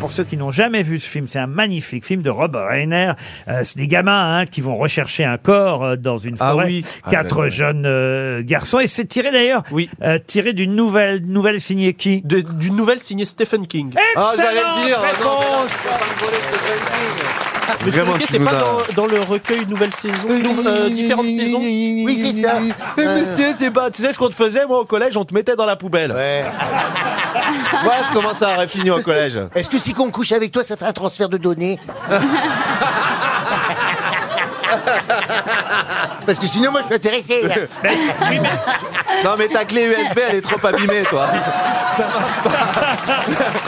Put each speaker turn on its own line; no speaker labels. pour ceux qui n'ont jamais vu ce film, c'est un magnifique film de Rob Reiner. Euh, c'est des gamins hein, qui vont rechercher un corps euh, dans une
Ah
forêt.
oui.
Quatre
Ah, ouais, ouais.
jeunes euh, garçons. Et c'est tiré d'ailleurs, euh, tiré d'une nouvelle, nouvelle signée qui
D'une nouvelle signée Stephen King.
Eh,
Ah,
Excellente réponse
Ah, Monsieur
Vraiment,
Lequet,
tu
c'est
nous
pas
as-
dans, dans le recueil Nouvelle Saison, nou- euh, différentes saisons
Oui, c'est ça. Mais Euh, monsieur, c'est pas- Tu sais ce qu'on te faisait, moi, au collège, on te mettait dans la poubelle. voilà ce- comment ça aurait fini au collège.
Est-ce que si qu'on couche avec toi, ça fait un transfert de données Parce que sinon, moi, je suis intéressé. là.
Ben,
Non, mais ta clé USB, elle est trop abîmée, toi. Ça marche pas.